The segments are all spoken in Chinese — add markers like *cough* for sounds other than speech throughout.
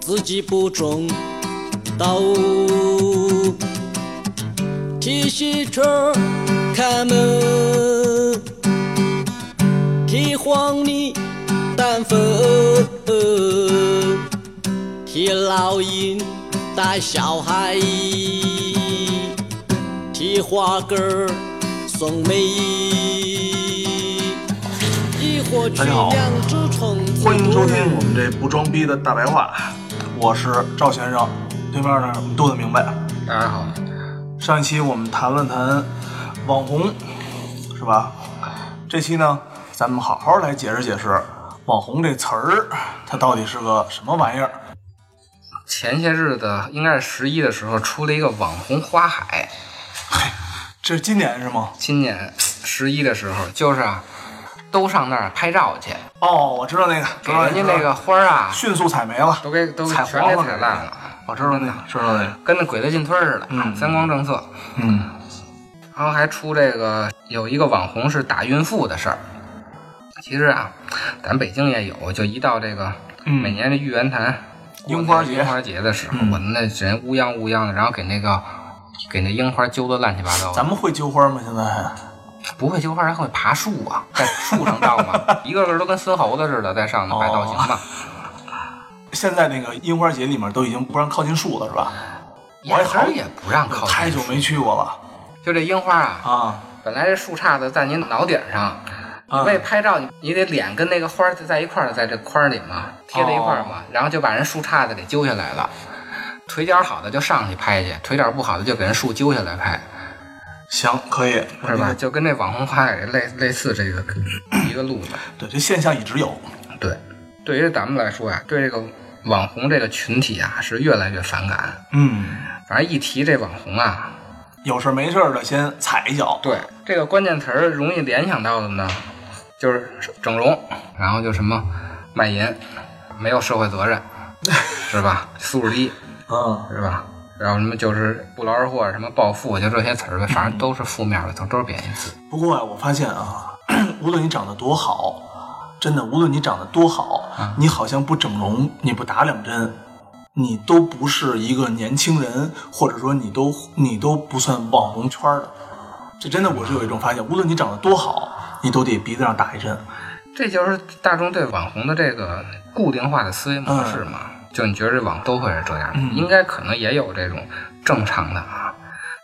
自己不种稻，提西车儿开门，提黄泥担粪。替老鹰带小孩，替花哥儿送妹。一伙大家好两只虫子欢迎收听我们这不装逼的大白话，我是赵先生，对面呢我们度的明白。大家好，上一期我们谈了谈网红，是吧？这期呢，咱们好好来解释解释“网红”这词儿，它到底是个什么玩意儿？前些日子应该是十一的时候出了一个网红花海，这是今年是吗？今年十一的时候就是啊，都上那儿拍照去，哦，我知道那个，知给道人家那个花儿 *laughs* 啊，迅速采梅了，都给都给采全黄给了，踩烂了，我知道那个，知道那个，跟那鬼子进村似的，嗯三光政策。嗯，然后还出这个有一个网红是打孕妇的事儿。其实啊，咱北京也有，就一到这个、嗯每年的玉渊潭樱花节樱花节的时候，嗯我们那人乌泱乌泱的，然后给那个给那樱花揪的乱七八糟的。咱们会揪花吗？现在还？不会揪花还会爬树啊，在树上照嘛， *laughs* 一个个都跟孙猴子似的在上头哦摆造型嘛。现在那个樱花节里面都已经不让靠近树了，是吧？压根儿也不让靠太近久树，没去过了就这樱花啊，啊！本来这树杈子在您脑顶上，你为拍照，你你得脸跟那个花儿在一块儿，在这框儿里嘛，贴在一块儿嘛，然后就把人树杈子给揪下来了。腿脚好的就上去拍去，腿脚不好的就给人树揪下来拍，行，可以，是吧？？就跟这网红花海类类似这个一个路子。对，这现象一直有。对，对于咱们来说呀、啊对这个网红这个群体啊是越来越反感。嗯，反正一提这网红啊，有事儿没事儿的先踩一脚。对这个关键词儿容易联想到的呢，就是整容，然后就什么卖淫，没有社会责任，是吧？素质低，嗯，是吧？然后什么就是不劳而获，什么暴富，就这些词儿呗，反正都是负面的，都都是贬义词。不过啊，我发现啊，无论你长得多好，真的，无论你长得多好，你好像不整容，你不打两针，你都不是一个年轻人，或者说你都你都不算网红圈儿的。这真的，我是有一种发现，无论你长得多好，你都得鼻子上打一针。这就是大众对网红的这个固定化的思维模式嘛。就你觉得这网都会是这样的，嗯应该可能也有这种正常的啊。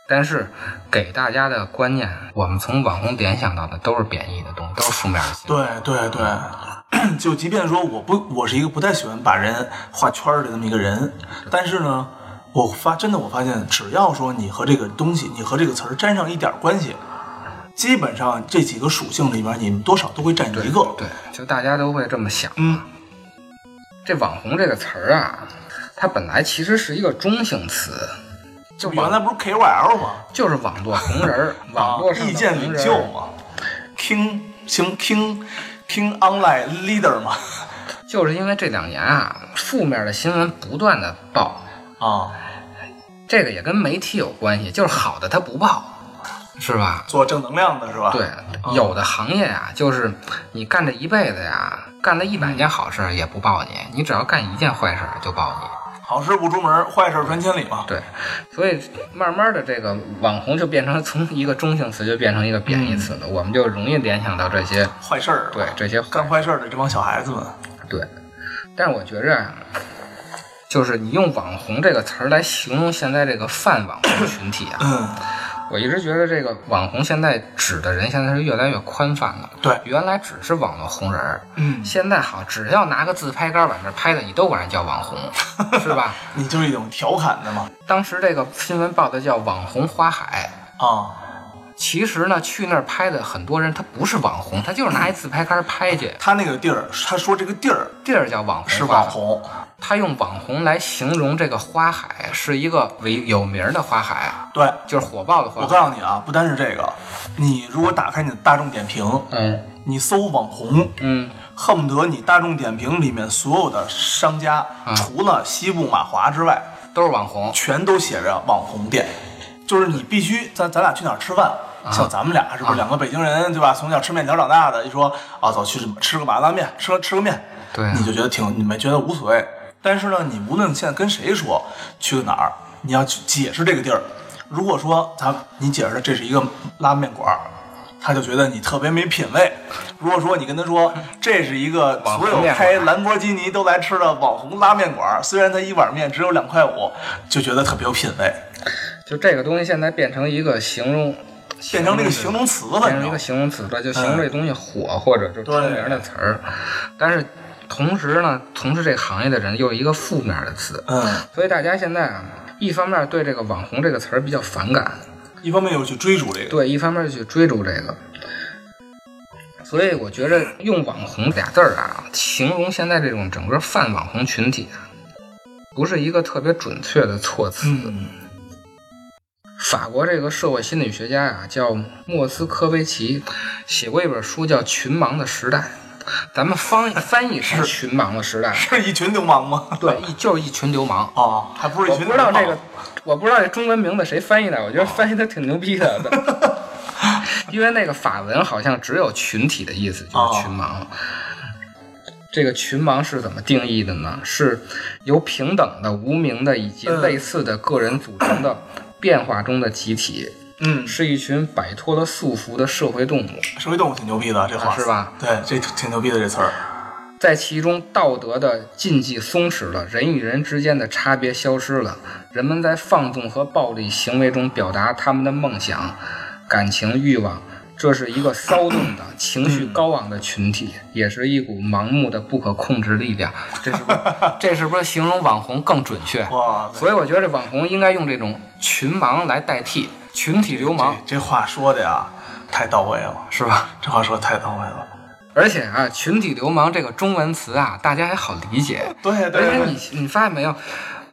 但是给大家的观念，我们从网红联想到的都是贬义的东西，都是负面的行为。对对对， *clears throat* 就即便说我不，我是一个不太喜欢把人画圈儿的这么一个人，但是呢，我发真的我发现，只要说你和这个东西，你和这个词儿沾上一点儿关系，基本上这几个属性里面，你们多少都会占一个。对，就大家都会这么想。啊嗯这“网红”这个词儿啊，它本来其实是一个中性词，就原网来不是 KOL 吗？就是网络红人儿，网络上 *laughs* 啊的意见红领人儿袖嘛，King 行 King King Online Leader 嘛，就是因为这两年啊，负面的新闻不断的爆，啊，这个也跟媒体有关系，就是好的它不报，是吧？做正能量的是吧？对，有的行业啊，就是你干这一辈子呀，干了一百件好事儿也不报你，你只要干一件坏事儿就报你。好事不出门，坏事传千里嘛。对，所以慢慢的这个网红就变成从一个中性词就变成一个贬义词了，我们就容易联想到这些坏事儿，对这些嗯干坏事儿的这帮小孩子们，对，但是我觉着啊，就是你用“网红”这个词儿来形容现在这个泛网红群体啊，嗯。我一直觉得这个网红现在指的人现在是越来越宽泛了。对原来只是网络红人儿，嗯，现在好，只要拿个自拍杆往那儿拍的，你都管人叫网红，是吧？ *laughs* 你就是一种调侃的嘛。当时这个新闻报的叫“网红花海啊，”，其实呢，去那儿拍的很多人他不是网红，他就是拿一自拍杆拍去，他那个地儿，他说这个地儿地儿叫网红花海，是网红，他用网红来形容这个花海是一个为有名儿的花海，对，就是火爆的花我海。告诉你啊，不单是这个，你如果打开你的大众点评，嗯你搜网红，嗯恨不得你大众点评里面所有的商家，除了西部马华之外，都是网红。全都写着网红店，就是你必须咱咱俩去哪儿吃饭。像咱们俩是不是两个北京人，对吧？从小吃面条长大的，一说啊，走去吃个麻辣面，吃吃个面，对啊你就觉得挺，你们觉得无所谓。但是呢，你无论现在跟谁说去哪儿，你要去解释这个地儿。如果说咱你解释的这是一个拉面馆儿，他就觉得你特别没品位。如果说你跟他说这是一个网红所有面馆开兰博基尼都来吃的网红拉面馆儿，虽然他一碗面只有两块五，就觉得特别有品位，就这个东西现在变成一个形容，变成那个形容词了，变你知成一道个吗？形容词了，就形容这东西火或者就是出对名的词儿。但是同时呢，从事这个行业的人又是一个负面的词，嗯，所以大家现在啊，一方面对这个网红这个词儿比较反感，一方面又去追逐这个，对，一方面去追逐这个。所以我觉着用“网红”俩字儿啊，形容现在这种整个泛网红群体啊，不是一个特别准确的措辞。嗯法国这个社会心理学家呀、叫莫斯科维奇，写过一本书叫《群盲的时代》，咱们翻译翻译是《群盲的时代》，是一群流氓吗？对，一就是一群流氓。哦，还不是一我群不知道流氓这个，我不知道这中文名字谁翻译的，我觉得翻译的挺牛逼的。 *laughs* 因为那个法文好像只有群体的意思，就是群盲。这个群盲是怎么定义的呢？是由平等的、无名的以及嗯类似的个人组成的变化中的集体，嗯，是一群摆脱了束缚的社会动物，社会动物挺牛逼的，这话啊是吧？对，这挺牛逼的这词儿。在其中道德的禁忌松弛了，人与人之间的差别消失了，人们在放纵和暴力行为中表达他们的梦想、感情、欲望。这是一个骚动的、情绪高昂的群体，也是一股盲目的、不可控制力量。这是不是？这是不是形容网红更准确？哇，所以我觉得这网红应该用这种群盲来代替群体流这氓，这话说的呀，太到位了，是吧？这话说的太到位 *laughs* 了。而且啊，群体流氓这个中文词啊，大家还好理解。 *laughs* 对对而且对，你你发现没有，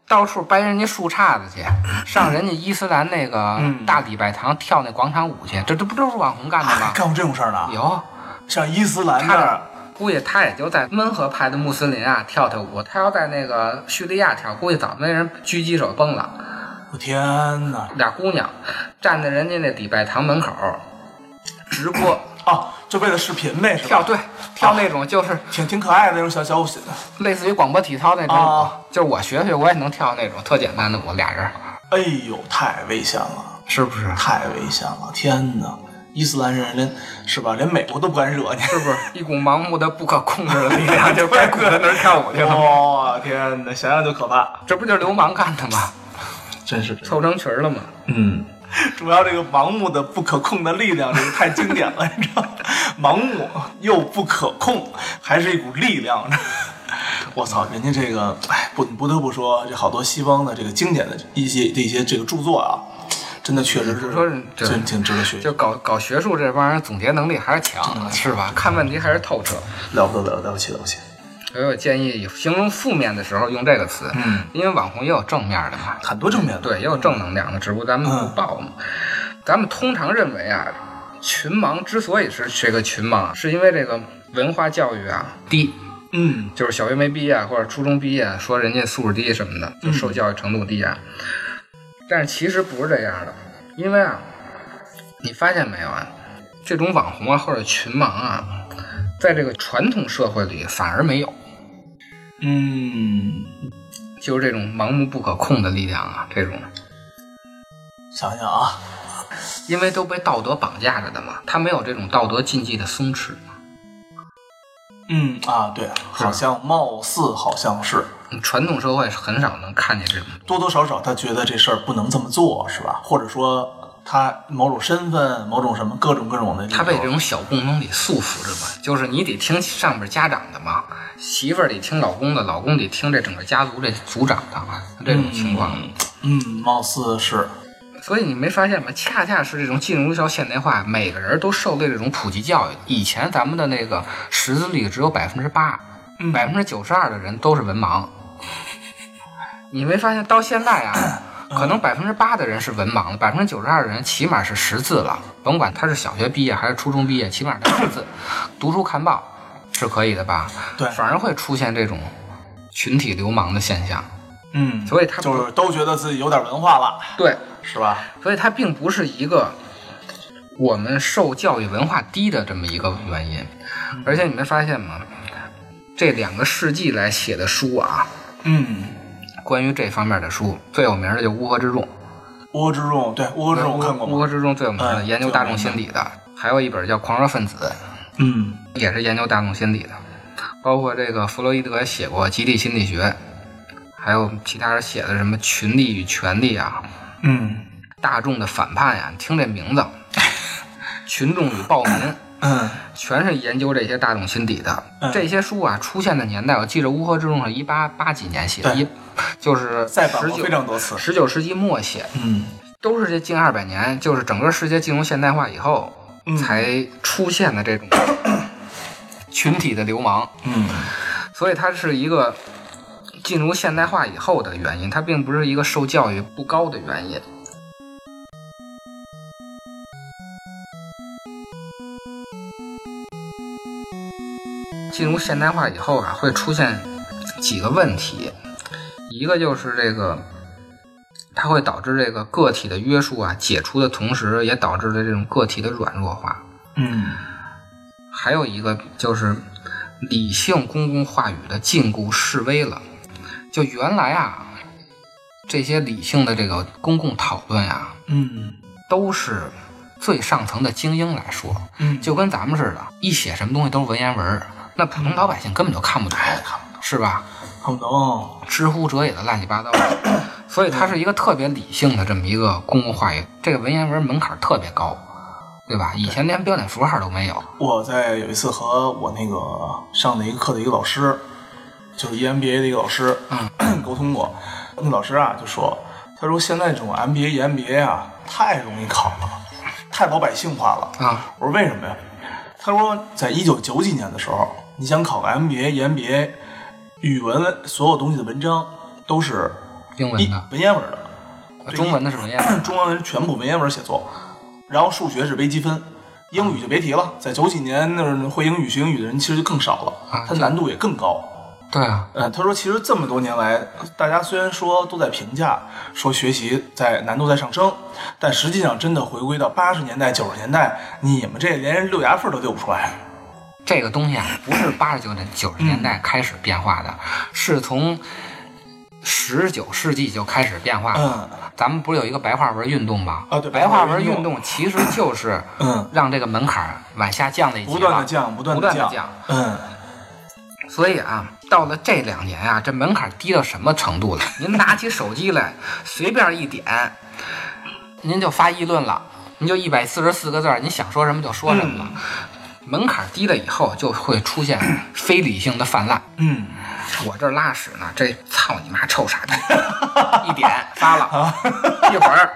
到处掰人家树杈子去， *laughs* 上人家伊斯兰那个嗯大礼拜堂跳那广场舞去，这这不都是网红干的还 *laughs* 吗？干过这种事儿呢？啊有，像伊斯兰他那的儿，估计他也就在温和派的穆斯林啊跳跳舞，他要在那个叙利亚跳，估计早没人狙击手崩了。我天哪！俩姑娘站在人家那礼拜堂门口直播哦，就为了视频呗，是吧？跳，对跳那种就是挺挺可爱的那种小小舞。类似于广播体操那种舞，啊就是我学学我也能跳那种特简单的舞，俩人哎呦，太危险了，是不是？太危险了！天哪，伊斯兰人连是吧，连美国都不敢 *laughs* 惹你。是不是一股盲目的不可控制的力 *laughs* 量，就该鼓在那儿跳舞去 *laughs* 了？哇、哦天哪，想想就可怕，这不就是流氓干的吗？真是。凑成群儿了吗？嗯，主要这个盲目的不可控的力量，这个太经典了，你知道吗？盲目又不可控，还是一股力量。 *laughs* 我操，人家这个，哎，不不得不说，这好多西方的这个经典的一些的一些这个著作啊，真的确实是，说是对真挺值得学习，就搞搞学术这帮人总结能力还是强，啊是吧？看问题还是透彻。了不得了了不起了不起，所以我建议形容负面的时候用这个词，嗯，因为网红也有正面的嘛，很多正面的，对，也有正能量的，只不过咱们不报嘛。咱们通常认为啊，群盲之所以是这个群盲，啊是因为这个文化教育啊低，嗯就是小学没毕业啊或者初中毕业，说人家素质低什么的，就受教育程度低啊。但是其实不是这样的，因为啊，你发现没有啊，这种网红啊或者群盲啊，在这个传统社会里反而没有，嗯，就是这种盲目不可控的力量啊，这种。想想啊，因为都被道德绑架着的嘛，他没有这种道德禁忌的松弛。嗯啊，对，好像貌似好像是嗯传统社会是很少能看见这种，多多少少他觉得这事儿不能这么做，是吧？或者说他某种身份、某种什么各种各种的理由，他被这种小共同体束缚着嘛，就是你得听上边家长的嘛，媳妇儿得听老公的，老公得听这整个家族这族长的嘛，这种情况。嗯，貌似是所以你没发现吗？恰恰是这种进入到现代化，每个人都受了这种普及教育。以前咱们嗯的那个识字率只有百分之八，百分之九十二的人都是文盲，你没发现到现在啊，嗯可能百分之八的人是文盲的，百分之九十二的人起码是识字了，甭管他是小学毕业还是初中毕业，起码他识 *coughs* 字，读书看报是可以的吧？对反而会出现这种群体流氓的现象，嗯，所以他不就是都觉得自己有点文化了，对，是吧？所以它并不是一个我们受教育文化低的这么一个原因。嗯而且你没发现吗？这两个世纪来写的书啊，嗯，关于这方面的书最有名的就《乌合之众》，乌合之众，对，乌合之众我看过乌吗？合之众最有名的嗯研究大众心理的，还有一本叫《狂热分子嗯》，也是研究大众心理的。包括这个弗洛伊德写过《集体心理学》，还有其他人写的什么《群力与权力》啊，嗯《大众的反叛》呀，你听这 *laughs* 名字，《群众与暴民》。 *coughs* 嗯全是研究这些大众心理的。嗯这些书啊，出现的年代，我记着《乌合之众》是一八八几年写的，对一就是再版十过九非常多次十九世纪末写，嗯都是这近二百年，就是整个世界进入现代化以后、嗯才出现的 *coughs* 这种群体的流氓，嗯所以它是一个。进入现代化以后的原因，它并不是一个受教育不高的原因。进入现代化以后啊，会出现几个问题，一个就是这个，它会导致这个个体的约束啊解除的同时，也导致了这种个体的软弱化。嗯还有一个就是理性公共话语的禁锢示威了。就原来啊，这些理性的这个公共讨论啊，嗯都是最上层的精英来说，嗯，就跟咱们似的，一写什么东西都是文言文儿，那普通老百姓根本就嗯哎看不懂，是吧？看不懂，知乎者也的乱七八糟的，所以它是一个特别理性的这么一个公共话语，这个文言文门槛儿特别高，对吧？以前连标点符号都没有，我在有一次和我那个上的一个课的一个老师，就是 EMBA 的一个老师，*clears throat* 嗯沟通过。那老师啊就说，他说现在这种 MBA、EMBA 啊太容易考了，太老百姓化了。啊，我说为什么呀？他说在一九九几年的时候，你想考个 MBA、EMBA，语文所有东西的文章都是英文一的，文言文的，中文的是文言文。中文全部文言文写作，然后数学是微积分，英语就别提了。在九几年那儿会英语、学英语的人其实就更少了啊，它这难度也更高。对啊，呃，他说，其实这么多年来，大家虽然说都在评价说学习在难度在上升，但实际上真的回归到八十年代、九十年代，你们这连人六牙缝都溜不出来。这个东西啊，不是八十九年九十年代开始变化的，是从十九世纪就开始变化了。嗯咱们不是有一个白话文运动吗？啊对白话文白话文运运动其实就是嗯，让这个门槛儿往下降了一级吧，不断的降，不断不断降，地降嗯，所以啊，到了这两年啊，这门槛低到什么程度了？ *laughs* 您拿起手机来，随便一点，您就发议论了，您就一百四十四个字儿，您想说什么就说什么了。门槛低了以后，就会出现非理性的泛滥。嗯，我这儿拉屎呢，这操你妈臭傻逼！一点发了，一会儿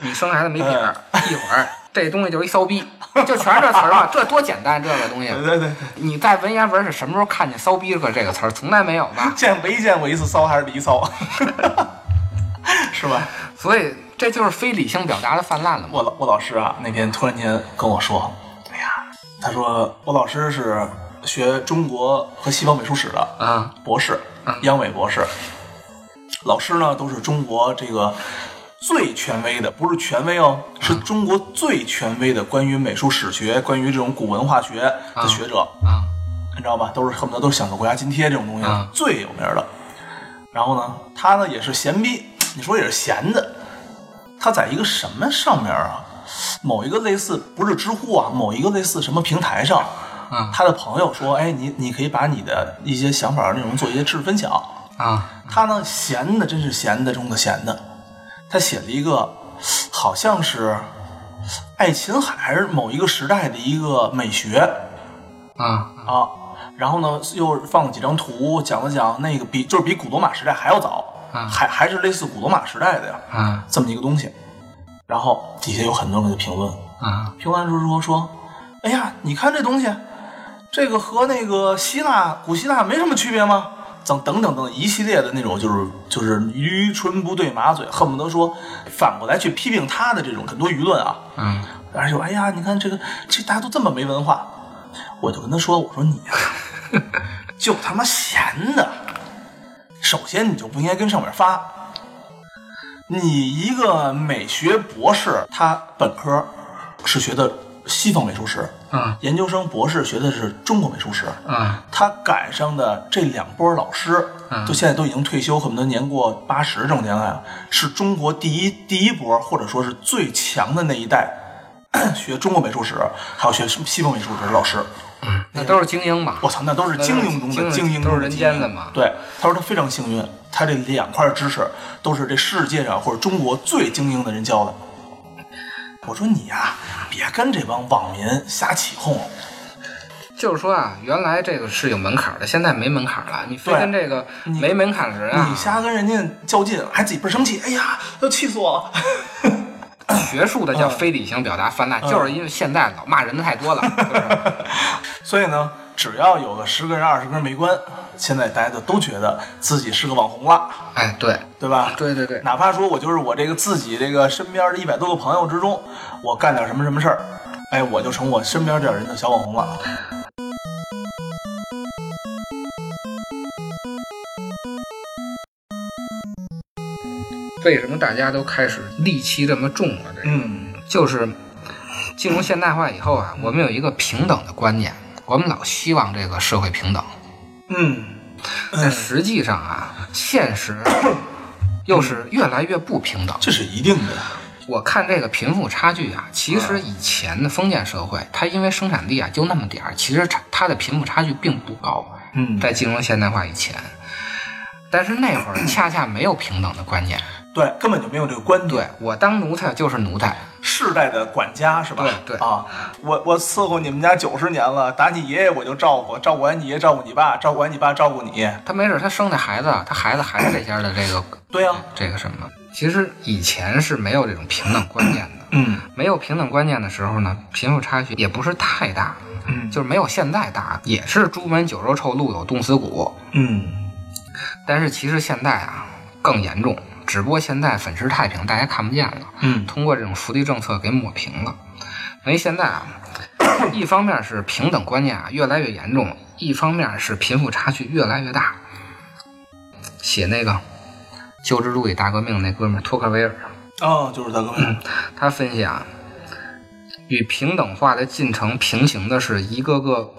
你生孩子没底儿，一会儿这东西就是一骚逼，就全是这词儿嘛，这多简单这个东西。对对对， *laughs* 你在文言文是什么时候看见“骚逼”这个这个词儿？从来没有吧？见没见过一次骚还是比一骚， *laughs* 是吧？所以这就是非理性表达的泛滥了嘛。我老我老师啊，那天突然间跟我说，哎呀，他说我老师是学中国和西方美术史的啊，博士，央美博士。老师呢都是中国这个最权威的，不是权威哦，是中国最权威的关于美术史学、关于这种古文化学的学者。啊，你知道吧？都是恨不得都是享受国家津贴这种东西、啊最有名儿的。然后呢，他呢也是闲逼，你说也是闲的。他在一个什么上面啊？某一个类似不是知乎啊，某一个类似什么平台上，啊他的朋友说：“哎，你你可以把你的一些想法内容做一些知识分享。啊”他呢闲的真是闲的中的闲的，他写了一个好像是爱琴海还是某一个时代的一个美学，啊啊，然后呢又放了几张图，讲了讲那个比就是比古罗马时代还要早，嗯还还是类似古罗马时代的呀，啊这么一个东西。然后底下有很多人的评论，啊评论说说说，哎呀，你看这东西，这个和那个希腊古希腊没什么区别吗？等等等等一系列的那种，就是就是驴唇不对马嘴，恨不得说反过来去批评他的这种很多舆论啊，嗯，然后就哎呀，你看这个这大家都这么没文化，我就跟他说，我说你呀、就他妈闲的，首先你就不应该跟上面发。你一个美学博士，他本科是学的西方美术史，嗯研究生博士学的是中国美术史，嗯他赶上的这两波老师，嗯就现在都已经退休，恨不得年过八十这种年代了，是中国第一第一波，或者说是最强的那一代， *coughs* 学中国美术史，还有学西方美术史的老师。那都是精英嘛。我操，那都是精英中的精英中的精英，都是人间的嘛对，他说他非常幸运，他这两块知识都是这世界上或者中国最精英的人教的。我说你呀、别跟这帮网民瞎起哄。就是说啊，原来这个是有门槛的，现在没门槛了。你非对跟这个你没门槛的人啊你，瞎跟人家较劲，还自己倍儿生气，哎呀，都气死我了。 *laughs* 学术的叫嗯非理性表达泛滥，就是因为现在老骂人的太多了。就是 *laughs* 所以呢，只要有个十个人、二十个人没关，现在大家就都觉得自己是个网红了，哎，对，对吧？对对对哪怕说我就是我这个自己这个身边的一百多个朋友之中，我干点什么什么事儿，哎，我就成我身边这点人的小网红了。为什么大家都开始戾气这么重了？这个嗯就是进入现代化以后啊，我们有一个平等的观念，我们老希望这个社会平等，嗯，但实际上啊，现 *coughs* 实又是越来越不平等。这是一定的。我看这个贫富差距啊，其实嗯以前的封建社会，它因为生产力啊就那么点儿，其实它它的贫富差距并不高。啊嗯在进入现代化以前，但是那会儿恰恰没有平等的观念。对，根本就没有这个观点。对我当奴才就是奴才，世代的管家是吧？对对啊，我我伺候你们家九十年了，打你爷爷我就照顾，照顾完你爷照顾你爸，照顾完你爸照顾你。他没准他生的孩子，他孩子还是这家的这个对呀、这个什么？其实以前是没有这种平等观念 *clears throat* 的。嗯没有平等观念的时候呢，贫富差距也不是太大，嗯就是没有现在大，也是朱门酒肉臭，路有冻死骨。嗯但是其实现在啊更严重，只不过现在粉饰太平，大家看不见了，嗯通过这种福利政策给抹平了。所以现在啊， *coughs* 一方面是平等观念啊越来越严重，一方面是贫富差距越来越大。写那个《救治路易大革命》那哥们儿托克维尔，哦，就是大哥，他分析啊，与平等化的进程平行的是一个个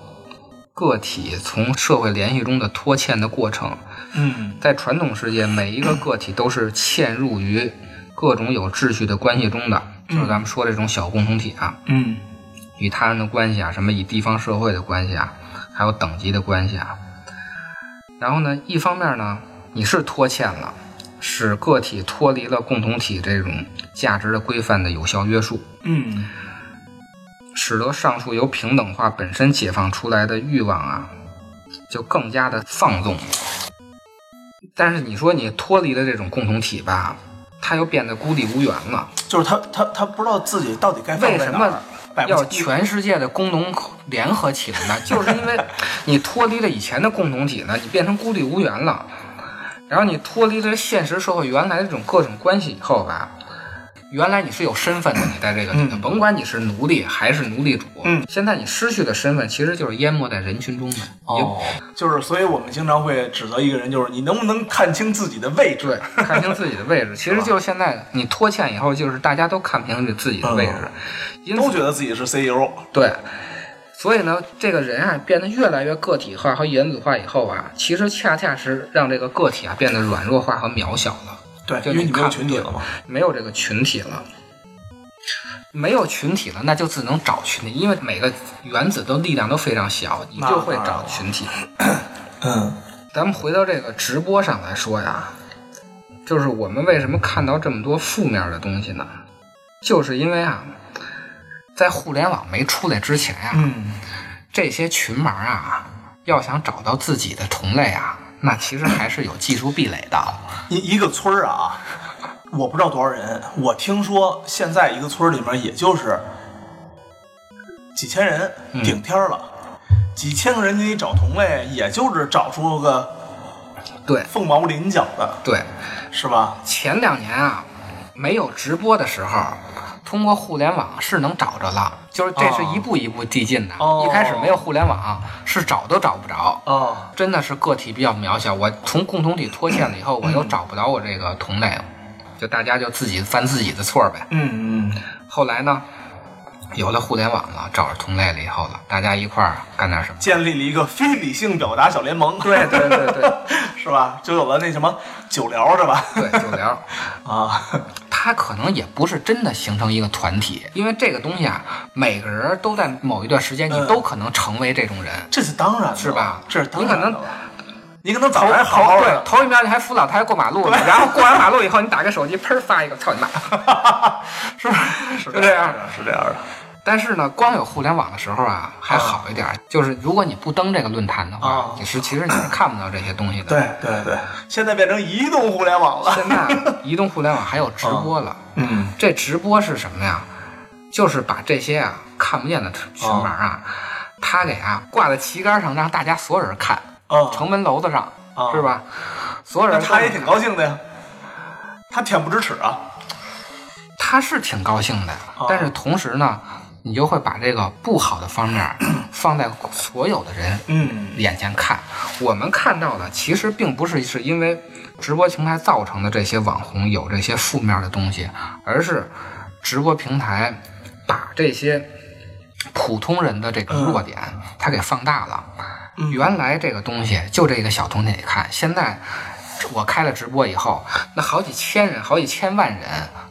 个体从社会联系中的脱欠的过程。嗯在传统世界，每一个个体都是嵌入于各种有秩序的关系中的，就是咱们说这种小共同体啊，嗯与他人的关系啊，什么与地方社会的关系啊，还有等级的关系啊。然后呢，一方面呢，你是拖欠了，使个体脱离了共同体这种价值的规范的有效约束，嗯使得上述由平等化本身解放出来的欲望啊，就更加的放纵。但是你说你脱离了这种共同体吧，它又变得孤立无援了。就是他他他不知道自己到底该哎放为在什哪么儿，摆不要清全世界的工农联合起来呢？ *laughs* 就是因为你脱离了以前的共同体呢，你变成孤立无援了。然后你脱离了现实社会原来的这种各种关系以后吧，原来你是有身份的，你在这个里头，嗯甭管你是奴隶还是奴隶主，嗯现在你失去的身份其实就是淹没在人群中的。哦，就是所以我们经常会指责一个人，就是你能不能看清自己的位对置？，看清自己的位 *laughs* 置，其实就是现在你拖欠以后，就是大家都看平自己的位置，因嗯此都觉得自己是 E CEO。对，所以呢，这个人啊变得越来越个体化和原子化以后啊，其实恰恰是让这个个体啊变得软弱化和渺小了，对，就因为你你没有看群体了嘛。没有这个群体了。没有群体了，那就只能找群体，因为每个原子都力量都非常小，你就会找群体。嗯咱们回到这个直播上来说呀，就是我们为什么看到这么多负面的东西呢？就是因为啊，在互联网没出来之前呀、嗯，这些群玩啊，要想找到自己的同类啊，那其实还是有技术壁 *laughs* 垒的。一一个村儿啊，我不知道多少人，我听说现在一个村儿里面也就是几千人嗯顶天儿了，几千个人给你找同类，也就是找出个对凤毛麟角的，对，是吧？前两年啊，没有直播的时候，通过互联网是能找着了，就是这是一步一步递进的。哦一开始没有互联网，是找都找不着。哦，真的是个体比较渺小，我从共同体脱线了以嗯后，我又找不着我这个同类了，就大家就自己犯自己的错儿呗。嗯嗯，后来呢，有了互联网了，找着同类了以后了，大家一块儿干点什么？建立了一个非理性表达小联盟， *laughs* 对对对对是吧？就有了那什么酒聊是吧？对，就聊。啊，它可能也不是真的形成一个团体，因为这个东西啊，每个人都在某一段时间，你嗯都可能成为这种人。这是当然的，是吧这是当你可然的能了。你可能早上还好头好对的，头一秒你还扶老太太过马路呢，然后过完马路以后，你打开手机，砰发一个， *laughs* 操你妈！是不是？是就这样的，是这样的。但是呢，光有互联网的时候啊，嗯还好一点儿，就是如果你不登这个论坛的话，啊你是其实你是看不到这些东西的。对对对，现在变成移动互联网了。现在移动互联网还有直播了，嗯，这直播是什么呀？就是把这些啊看不见的群哦玩啊，他给啊挂在旗杆上，让大家所有人看，啊，城门楼子上、啊是吧？所有那人都他也挺高兴的呀，他恬不知耻啊。他是挺高兴的，哦但是同时呢，你就会把这个不好的 *clears throat* 方面放在所有的人嗯眼前看。我们看到的其实并不是是因为直播平台造成的这些网红有这些负面的东西，而是直播平台把这些普通人的这个弱点，它给放大了。原来这个东西就这个小童得看，现在我开了直播以后，那好几千人、好几千万人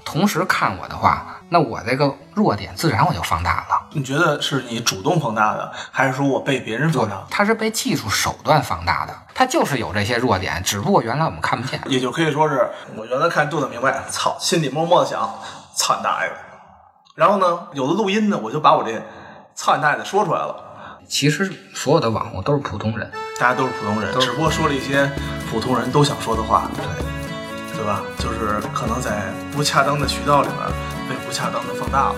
同时看我的话，那我这个弱点自然我就放大了。你觉得是你主动放大的，还是说我被别人放大？它是被技术手段放大的，它就是有这些弱点，只不过原来我们看不见。也就可以说是我原来看杜的明白，操，心里默默的想，操你大爷的。然后呢，有的录音呢，我就把我这操你大爷的说出来了。其实所有的网红都是普通人，大家都是普通人，都是只不过说了一些普通人都想说的话，对，对吧？就是可能在不恰当的渠道里面被不恰当的放大了，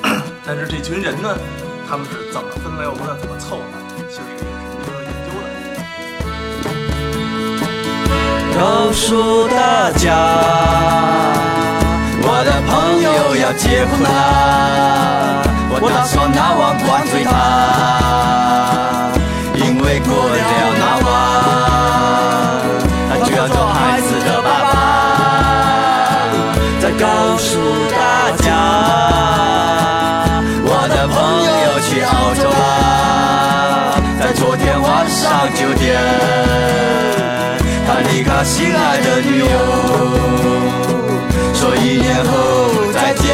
对。 *clears throat* 但是这群人呢，他们是怎么分类，我们怎么凑的，其实也是值得研究的。告诉大家，我的朋友要结婚啦，我打算拿碗灌醉他，因为过了那晚，他就要做孩子的爸爸。再告诉大家，我的朋友去澳洲啦，在昨天晚上九点。他离开心爱的女友，说一年后再见。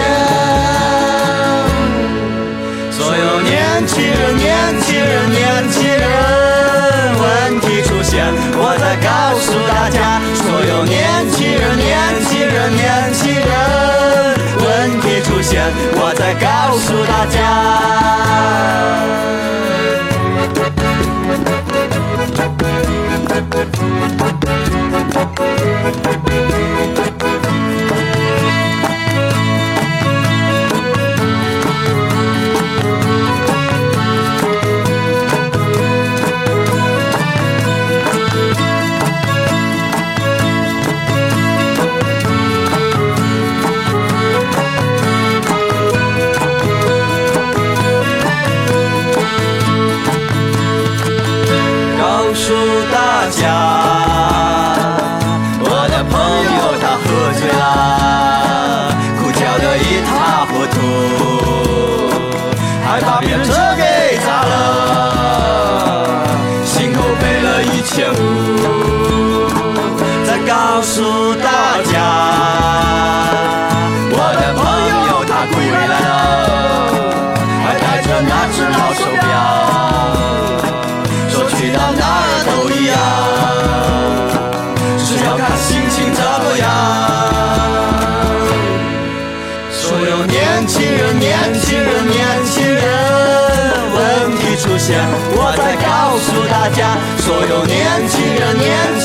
所有年轻人，年轻人，年轻人，问题出现，我在告诉大家，所有年轻人，年轻人，年轻人，问题出现，我在告诉大家。告诉大家，我的朋友他喝醉了，哭叫得一塌糊涂，还把别人车给砸了，幸好赔了一千五。再告诉大家，我的朋友他归来了，还带着那只老手表。说去到哪儿都一样，只要看心情怎么样。所有年轻人，年轻人，年轻人，问题出现，我在告诉大家，所有年轻人，年轻